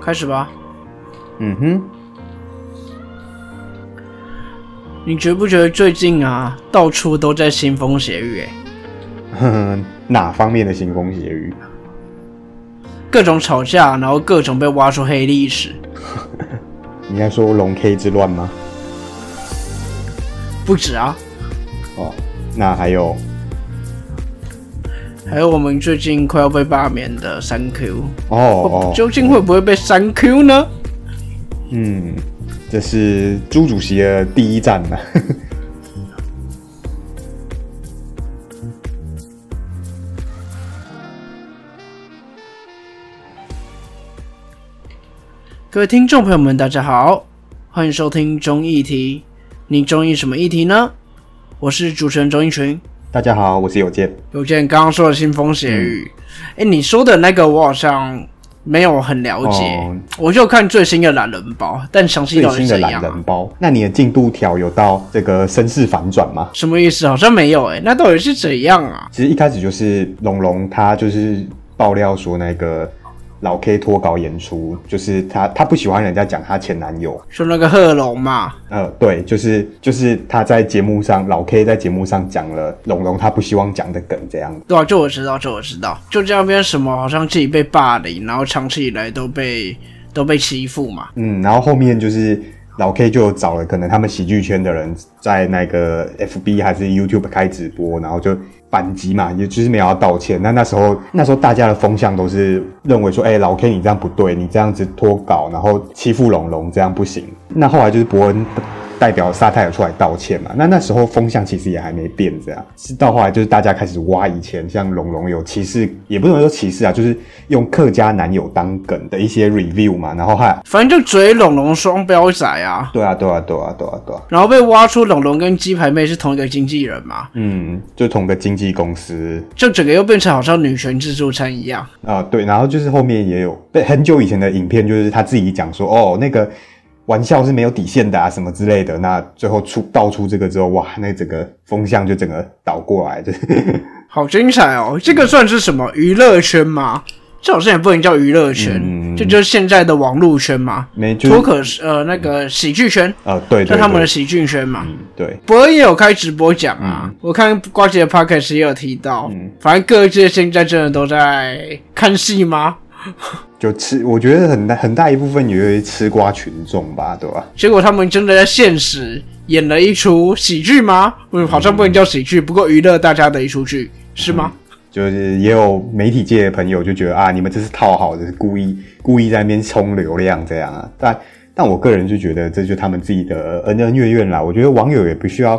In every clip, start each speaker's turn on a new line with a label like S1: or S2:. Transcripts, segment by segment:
S1: 开始吧。
S2: 嗯哼，
S1: 你觉不觉得最近啊，到处都在腥风血雨、欸？
S2: 呵呵 哪方面的腥风血雨？
S1: 各种吵架，然后各种被挖出黑历史。
S2: 你该说龙 K 之乱吗？
S1: 不止啊，
S2: 哦，那还有，
S1: 还有我们最近快要被罢免的三 Q，、
S2: 哦
S1: 我
S2: 哦，
S1: 究竟会不会被三 Q 呢？
S2: 嗯，这是朱主席的第一站了。
S1: 各位听众朋友们，大家好，欢迎收听中议题。你中意什么议题呢？我是主持人钟一群。
S2: 大家好，我是有健。
S1: 邮件刚刚说的腥风血雨，
S2: 嗯
S1: 哎、你说的那个我好像没有很了解，
S2: 哦
S1: 我就看最新的懒人包，但详细
S2: 最
S1: 到底
S2: 新
S1: 是
S2: 的
S1: 怎
S2: 懒
S1: 样啊、
S2: 人包，那你的进度条有到这个绅士反转吗？
S1: 什么意思？好像没有哎、那到底是怎样啊？
S2: 其实一开始就是龙龙他就是爆料说那个老 K 脱稿演出，就是他他不喜欢人家讲他前男友，
S1: 说那个贺龙嘛，
S2: 呃，对，就是就是他在节目上老 K 在节目上讲了龙龙他不希望讲的梗这样。
S1: 对啊，这我知道，这我知道，就这样边什么好像自己被霸凌，然后长期以来都被都被欺负嘛。
S2: 嗯，然后后面就是老 K 就找了可能他们喜剧圈的人在那个 FB 还是 YouTube 开直播，然后就反击嘛，也就是没有要道歉。那那时候那时候大家的风向都是认为说，哎、老 K 你这样不对，你这样子脱稿，然后欺负龙龙这样不行。那后来就是伯恩。代表沙泰尔出来道歉嘛？那那时候风向其实也还没变，这样是到后来就是大家开始挖以前像龙龙有歧视，也不能说歧视啊，就是用客家男友当梗的一些 review 嘛，然后还
S1: 反正就嘴拢拢双标仔啊，
S2: 对啊，对啊，对啊，对啊，对啊，
S1: 然后被挖出拢拢跟鸡排妹是同一个经纪人嘛，
S2: 嗯，就同个经纪公司
S1: 就整个又变成好像女权自助餐一样。
S2: 啊、对，然后就是后面也有对很久以前的影片，就是他自己讲说，哦，那个玩笑是没有底线的啊，什么之类的。那最后出爆出这个之后，哇，那整个风向就整个倒过来，就是
S1: 好精彩哦！这个算是什么娱乐圈吗？这好像也不能叫娱乐圈，
S2: 嗯
S1: 这就是现在的网络圈嘛，
S2: 没就
S1: 脱
S2: 是
S1: 口呃那个喜剧圈，
S2: 呃，对
S1: 就
S2: 对
S1: 他们的
S2: 对，
S1: 喜剧圈嘛。
S2: 嗯对，嗯
S1: 伯恩也有开直播讲啊，我看瓜姐的 podcast 也有提到，反正各界现在真的都在看戏吗？
S2: 就吃，我觉得很大很大一部分也是吃瓜群众吧，对吧、
S1: 结果他们真的在现实演了一出喜剧吗？嗯，好像不能叫喜剧，不过娱乐大家的一出剧是吗？
S2: 嗯就是也有媒体界的朋友就觉得啊，你们这是套好的，是故意故意在那边冲流量这样啊。但但我个人就觉得这就是他们自己的呃恩恩怨怨啦。我觉得网友也不需要，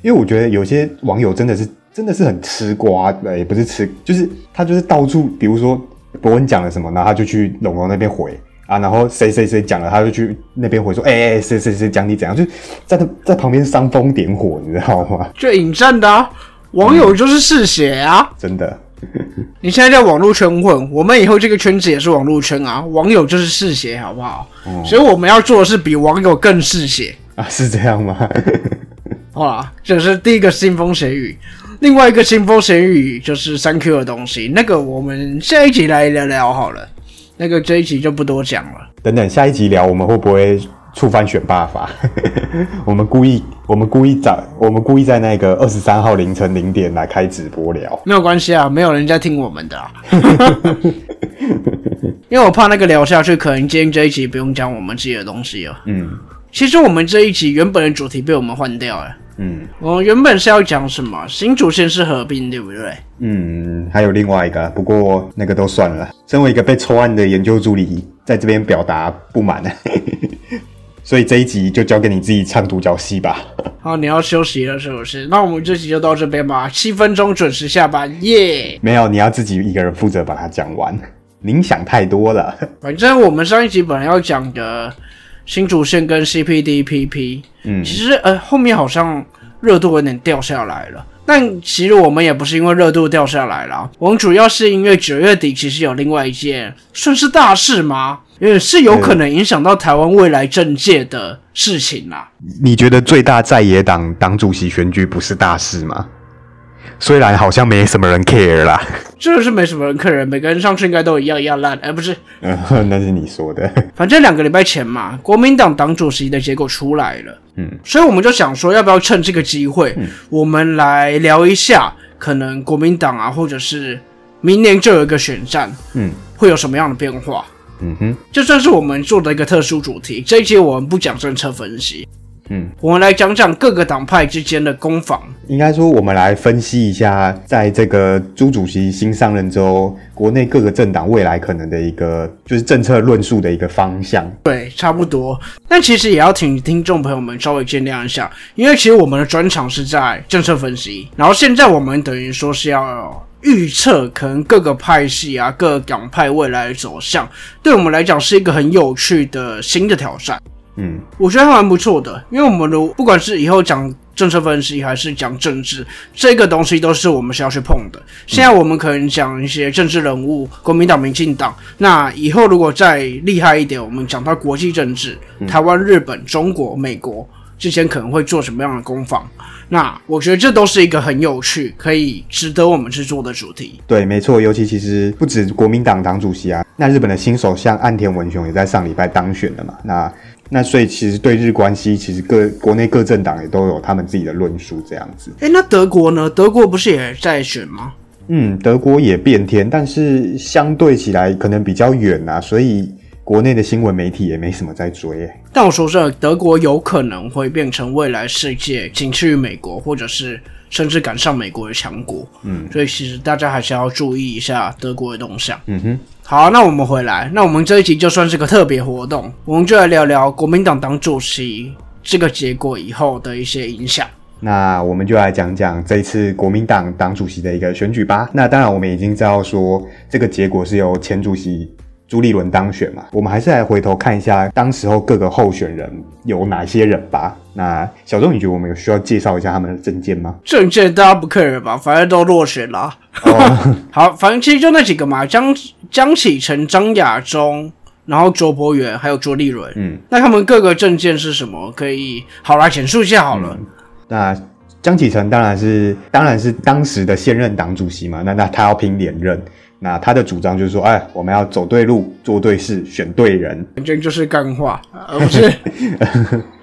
S2: 因为我觉得有些网友真的是真的是很吃瓜，呃，也不是吃，就是他就是到处，比如说博文讲了什么，然后他就去龙龙那边回。啊，然后谁谁谁讲了，他就去那边回说，哎、哎、哎谁谁谁讲你怎样，就是在他在旁边煽风点火，你知道吗？
S1: 就引战的、啊、网友就是嗜血啊。
S2: 真的，
S1: 你现在在网络圈混，我们以后这个圈子也是网络圈啊，网友就是嗜血，好不好？所以我们要做的是比网友更嗜血，
S2: 啊，是这样吗？
S1: 好啦，这是第一个腥风血雨。另外一个腥风血雨就是三 Q 的东西，那个我们下一集来聊聊好了，那个这一集就不多讲了。
S2: 等等，下一集聊我们会不会触犯选罢法？ 我们故意，我们故意找，我们故意在那个二十三号凌晨零点来开直播聊。
S1: 没有关系啊，没有人在听我们的、啊，因为我怕那个聊下去，可能今天这一集不用讲我们自己的东西了。
S2: 嗯
S1: 其实我们这一集原本的主题被我们换掉了。
S2: 嗯
S1: 我原本是要讲什么？新主线是合并，对不对？
S2: 嗯，还有另外一个，不过那个都算了。身为一个被抽案的研究助理，在这边表达不满， 所以这一集就交给你自己唱独角戏吧。
S1: 好，你要休息了是不是？那我们这集就到这边吧，七分钟准时下班，耶、
S2: 没有，你要自己一个人负责把它讲完。您想太多了。
S1: 反正我们上一集本来要讲的新主线跟 CPDPP，
S2: 嗯
S1: 其实呃后面好像热度有点掉下来了。但其实我们也不是因为热度掉下来了，我们主要是因为九月底其实有另外一件算是大事吗？也是有可能影响到台湾未来政界的事情啦。
S2: 你觉得最大在野党党主席选举不是大事吗？虽然好像没什么人 care 啦，
S1: 真的是没什么人客人，每个人上去应该都一样一样烂。哎、不是，
S2: 嗯， 那是你说的，
S1: 反正两个礼拜前嘛，国民党党主席的结果出来了，
S2: 嗯，
S1: 所以我们就想说，要不要趁这个机会，我们来聊一下，可能国民党啊，或者是明年就有一个选战，
S2: 嗯
S1: 会有什么样的变化？
S2: 嗯哼，
S1: 这算是我们做的一个特殊主题。这一期我们不讲政策分析，
S2: 嗯，
S1: 我们来讲讲各个党派之间的攻防。
S2: 应该说我们来分析一下，在这个朱主席新上任之后，国内各个政党未来可能的一个就是政策论述的一个方向。
S1: 对，差不多。但其实也要请听众朋友们稍微见谅一下，因为其实我们的专场是在政策分析，然后现在我们等于说是要预测可能各个派系啊、各个党派未来的走向，对我们来讲是一个很有趣的新的挑战。
S2: 嗯
S1: 我觉得还蛮不错的，因为我们的不管是以后讲政策分析还是讲政治，这个东西都是我们是要去碰的。现在我们可能讲一些政治人物，国民党、民进党，那以后如果再厉害一点，我们讲到国际政治，台湾、日本、中国、美国之间可能会做什么样的攻防，那我觉得这都是一个很有趣，可以值得我们去做的主题。
S2: 对，没错，尤其其实不止国民党党主席啊，那日本的新首相岸田文雄也在上礼拜当选了嘛。那那所以其实对日关系，其实各国内各政党也都有他们自己的论述这样子。
S1: 诶，那德国呢？德国不是也在选吗？
S2: 嗯，德国也变天，但是相对起来可能比较远啊，所以国内的新闻媒体也没什么在追欸、
S1: 但我说真的，德国有可能会变成未来世界仅次于美国，或者是甚至赶上美国的强国。
S2: 嗯，
S1: 所以其实大家还是要注意一下德国的动向。
S2: 嗯哼，
S1: 好，那我们回来，那我们这一集就算是个特别活动，我们就来聊聊国民党党主席这个结果以后的一些影响。
S2: 那我们就来讲讲这一次国民党党主席的一个选举吧。那当然，我们已经知道说这个结果是由前主席朱立伦当选嘛，我们还是来回头看一下当时候各个候选人有哪些人吧。那小钟，你觉得我们有需要介绍一下他们的证件吗？
S1: 证件大家不 care 吧，反正都落选啦。
S2: 哦，
S1: 好，反正其实就那几个嘛，江江启臣、张亚中，然后卓博远，还有卓立伦。
S2: 嗯，
S1: 那他们各个证件是什么？可以好来简述一下好
S2: 嗯
S1: 了。
S2: 那江启臣当然是当然是当时的现任党主席嘛，那那他要拼连任，那他的主张就是说，哎，我们要走对路，做对事，选对人。
S1: 反正就是干话，而不是。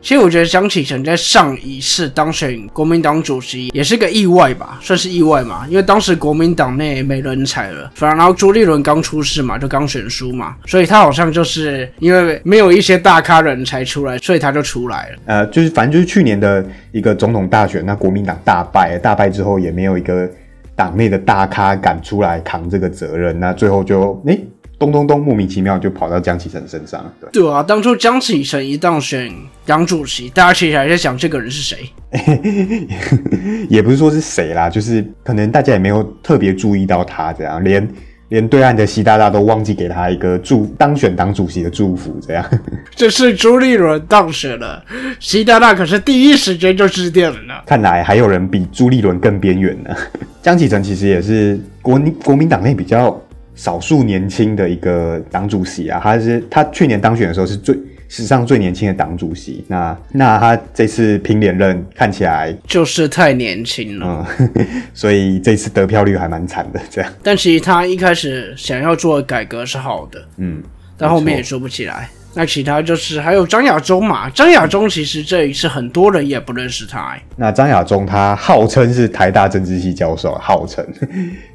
S1: 其实我觉得江启臣在上一次当选国民党主席也是个意外吧，算是意外嘛，因为当时国民党内没人才了，反而然后朱立伦刚出事嘛，就刚选输嘛，所以他好像就是因为没有一些大咖人才出来，所以他就出来了。
S2: 呃，就是反正就是去年的一个总统大选，那国民党大败，大败之后也没有一个党内的大咖敢出来扛这个责任，那最后就哎、咚咚咚莫名其妙就跑到江启臣身上了。对，
S1: 对啊，当初江启臣一当选党主席，大家其实还在想这个人是谁。
S2: 也不是说是谁啦，就是可能大家也没有特别注意到他这样，连连对岸的习大大都忘记给他一个祝当选党主席的祝福这样。
S1: 这是朱立伦当选了，习大大可是第一时间就致电了呢。
S2: 看来还有人比朱立伦更边缘呢。 江启臣其实也是国民国民党内比较少数年轻的一个党主席啊，他是他去年当选的时候是最史上最年轻的党主席。那那他这次拼连任，看起来
S1: 就是太年轻了。
S2: 嗯， 所以这次得票率还蛮惨的。这样，
S1: 但其实他一开始想要做的改革是好的，
S2: 嗯，
S1: 但后面
S2: 没
S1: 也
S2: 错
S1: 做不起来。那其他就是还有张亚中嘛，张亚中其实这一次很多人也不认识他、欸，
S2: 那张亚中他号称是台大政治系教授，啊号称，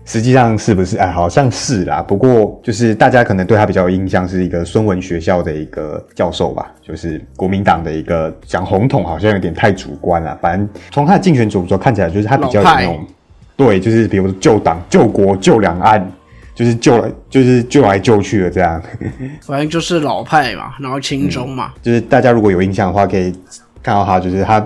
S2: 实际上是不是？哎，好像是啦。不过就是大家可能对他比较有印象，是一个孙文学校的一个教授吧，就是国民党的一个讲红统，好像有点太主观了。反正从他的竞选主轴看起来，就是他比较有那
S1: 老
S2: 种，对，就是比如说救党、救国、救两岸，就是救来，就是救来救去的这样。
S1: 反正就是老派嘛，然后亲中嘛，
S2: 就是大家如果有印象的话，可以看到他，就是他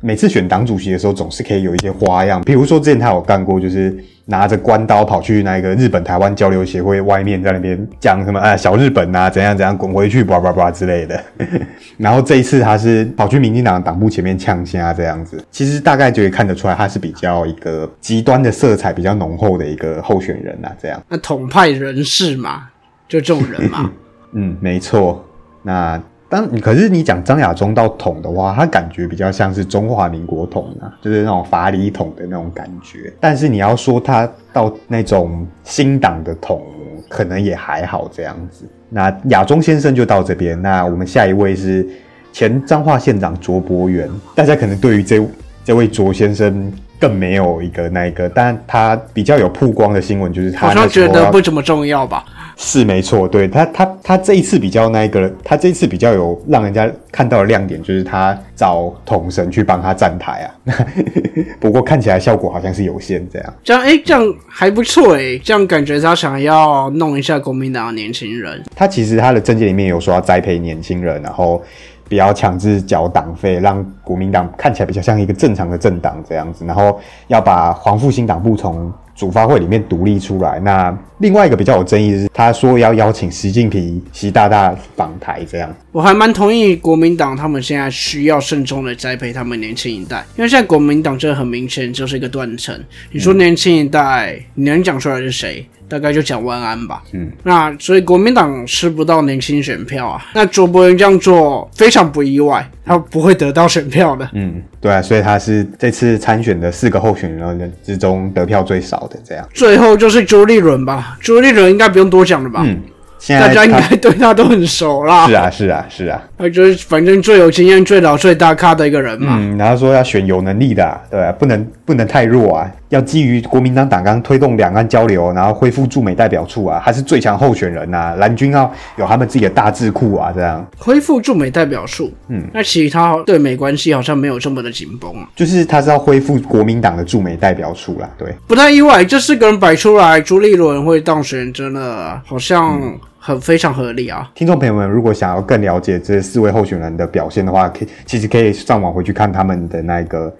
S2: 每次选党主席的时候，总是可以有一些花样。比如说之前他有干过，就是拿着关刀跑去那个日本台湾交流协会外面，在那边讲什么啊、小日本啊怎样怎样滚回去叭叭叭之类的。 然后这一次他是跑去民进党党部前面呛虾这样子，其实大概就可以看得出来，他是比较一个极端的色彩比较浓厚的一个候选人啊，这样。
S1: 那统派人士嘛，就这种人嘛。
S2: 嗯，没错。那但你可是你讲张亚中到统的话，他感觉比较像是中华民国统啊，就是那种法理统的那种感觉。但是你要说他到那种新党的统，可能也还好这样子。那亚中先生就到这边，那我们下一位是前彰化县长卓伯源，大家可能对于这这位卓先生。更没有一个那一个，但他比较有曝光的新闻就是他
S1: 好
S2: 那
S1: 像
S2: 时候
S1: 觉得
S2: 要
S1: 不怎么重要吧？
S2: 是没错，对他，他他这一次比较那一个，他这一次比较有让人家看到的亮点，就是他找统神去帮他站台啊。 不过看起来效果好像是有限，这样
S1: 这样哎、这样还不错哎、这样感觉他想要弄一下国民党的年轻人。
S2: 他其实他的政见里面有说要栽培年轻人，然后不要强制缴党费，让国民党看起来比较像一个正常的政党这样子，然后要把黄复兴党部从主发会里面独立出来。那另外一个比较有争议的是，他说要邀请习近平、习大大访台这样。
S1: 我还蛮同意国民党，他们现在需要慎重的栽培他们年轻一代，因为现在国民党这很明显就是一个断层。你说年轻一代，你能讲出来是谁？大概就蒋万安吧。嗯，那所以国民党吃不到年轻选票啊。那卓伯源这样做非常不意外，他不会得到选票的。
S2: 嗯，对啊，所以他是这次参选的四个候选人之中得票最少的这样。
S1: 最后就是朱立伦吧，朱立伦应该不用多讲了吧？
S2: 嗯，现
S1: 大
S2: 在
S1: 家应
S2: 他
S1: 该对他都很熟啦。
S2: 是啊是啊是啊，
S1: 他就是反正最有经验、最老、最大咖的一个人嘛。
S2: 嗯，然后说要选有能力的啊、对啊，不能不能太弱啊，要基于国民党党纲推动两岸交流，然后恢复驻美代表处啊，他是最强候选人呐、啊，蓝军要有他们自己的大智库啊，这样
S1: 恢复驻美代表处，嗯，那其实他对美关系好像没有这么的紧绷啊，
S2: 就是他是要恢复国民党的驻美代表处啦，对，
S1: 不太意外。这四个人摆出来，朱立伦会当选，真的好像很、非常合理啊。
S2: 听众朋友们，如果想要更了解这四位候选人的表现的话，可以其实可以上网回去看他们的那个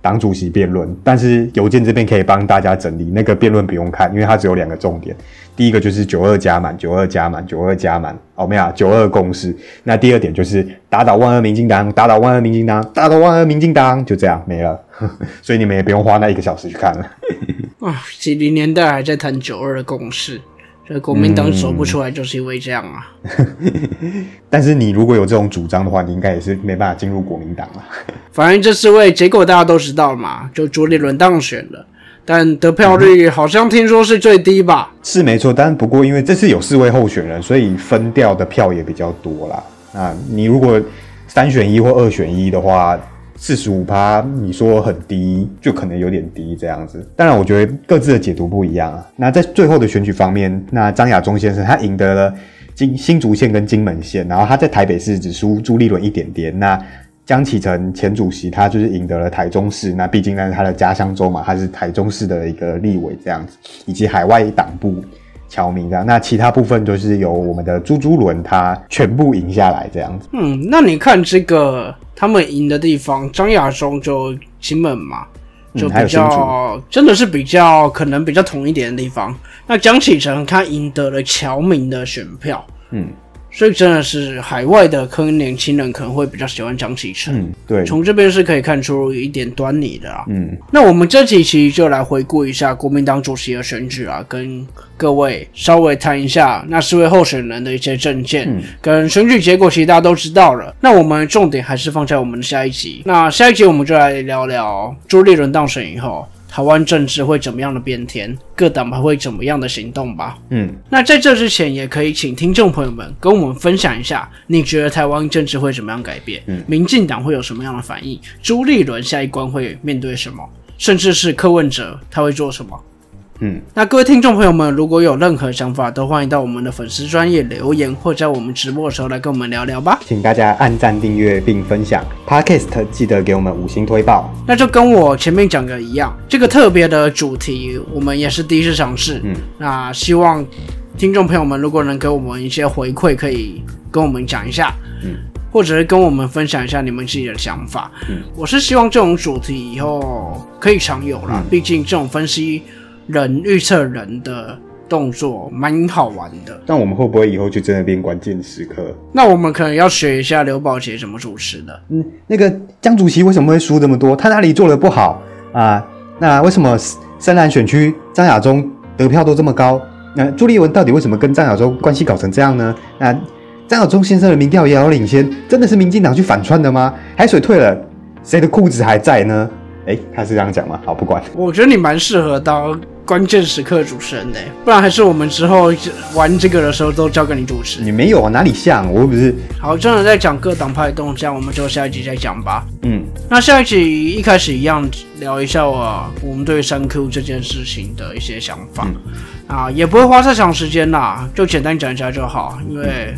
S2: 党主席辩论。但是邮件这边可以帮大家整理，那个辩论不用看，因为它只有两个重点。第一个就是九二加满，九二加满，九二加满，哦没有九二共识。那第二点就是打倒万恶民进党，打倒万恶民进党，打倒万恶民进党，就这样没了。 所以你们也不用花那一个小时去看了。
S1: 啊，几零年代还在谈九二的共识，这国民党走不出来就是因为这样啊。
S2: 但是你如果有这种主张的话，你应该也是没办法进入国民党了。
S1: 反正这四位结果大家都知道嘛，就朱立伦当选了，但得票率好像听说是最低吧。
S2: 是没错，但不过因为这次有四位候选人，所以分掉的票也比较多啦。那你如果三选一或二选一的话，四十五趴你说很低，就可能有点低这样子。当然，我觉得各自的解读不一样啊。那在最后的选举方面，那张亚中先生他赢得了金新竹县跟金门县，然后他在台北市只输朱立伦一点点。那江启臣前主席他就是赢得了台中市，那毕竟那是他的家乡州嘛，他是台中市的一个立委这样子，以及海外党部侨民这样。那其他部分就是由我们的朱朱伦他全部赢下来这样子。
S1: 嗯，那你看这个他们赢的地方，张亚中就金门嘛，就
S2: 嗯
S1: 比
S2: 还有新竹
S1: 较、真的是比较可能比较统一点的地方。那江启臣他赢得了侨民的选票，
S2: 嗯，
S1: 所以真的是海外的坑年轻人可能会比较喜欢江启臣。
S2: 嗯，对，
S1: 从这边是可以看出一点端倪的啊。
S2: 嗯，
S1: 那我们这期其实就来回顾一下国民党主席的选举啊，跟各位稍微谈一下那四位候选人的一些政见、跟选举结果，其实大家都知道了。那我们重点还是放在我们的下一集。那下一集我们就来聊聊朱立伦当选以后，台湾政治会怎么样的变天，各党派会怎么样的行动吧。
S2: 嗯，
S1: 那在这之前，也可以请听众朋友们跟我们分享一下，你觉得台湾政治会怎么样改变？民进党会有什么样的反应？朱立伦下一关会面对什么？甚至是柯文哲他会做什么？
S2: 嗯，
S1: 那各位听众朋友们，如果有任何想法，都欢迎到我们的粉丝专业留言，或在我们直播的时候来跟我们聊聊吧。
S2: 请大家按赞、订阅并分享 Podcast，记得给我们五星推报。
S1: 那就跟我前面讲的一样，这个特别的主题我们也是第一次尝试。
S2: 嗯，
S1: 那希望听众朋友们如果能给我们一些回馈，可以跟我们讲一下。
S2: 嗯，
S1: 或者是跟我们分享一下你们自己的想法。
S2: 嗯，
S1: 我是希望这种主题以后可以常有啦，
S2: 嗯
S1: 毕竟这种分析人、预测人的动作蛮好玩的。
S2: 但我们会不会以后就真的变关键时刻？
S1: 那我们可能要学一下刘宝杰怎么主持的。
S2: 嗯，那个江主席为什么会输这么多？他哪里做的不好啊？那为什么深蓝选区张亚中得票都这么高？那、朱立文到底为什么跟张亚中关系搞成这样呢？那、张晓忠先生的民调遥遥领先，真的是民进党去反串的吗？海水退了，谁的裤子还在呢？哎，他是这样讲吗？好，不管。
S1: 我觉得你蛮适合当关键时刻主持人的，不然还是我们之后玩这个的时候都交给你主持。
S2: 你没有啊？哪里像？我又不是。
S1: 好，真的在讲各党派的动向，我们就下一集再讲吧。
S2: 嗯，
S1: 那下一集一开始一样聊一下我我们对三 Q 这件事情的一些想法、啊，也不会花太长时间啦，就简单讲一下就好，因为。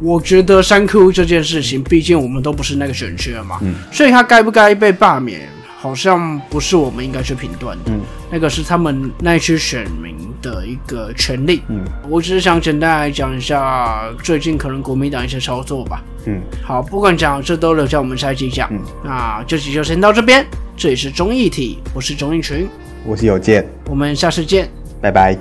S1: 我觉得三 Q 这件事情，毕竟我们都不是那个选区了嘛，所以它该不该被罢免，好像不是我们应该去评断的，那个是他们那一区选民的一个权利。
S2: 嗯
S1: 我只是想简单来讲一下最近可能国民党一些操作吧。
S2: 嗯，
S1: 好，不管讲这都留在我们下一集讲。那这集就先到这边，这里是综艺体，我是钟义群，
S2: 我是有健，
S1: 我们下次见。
S2: 拜拜。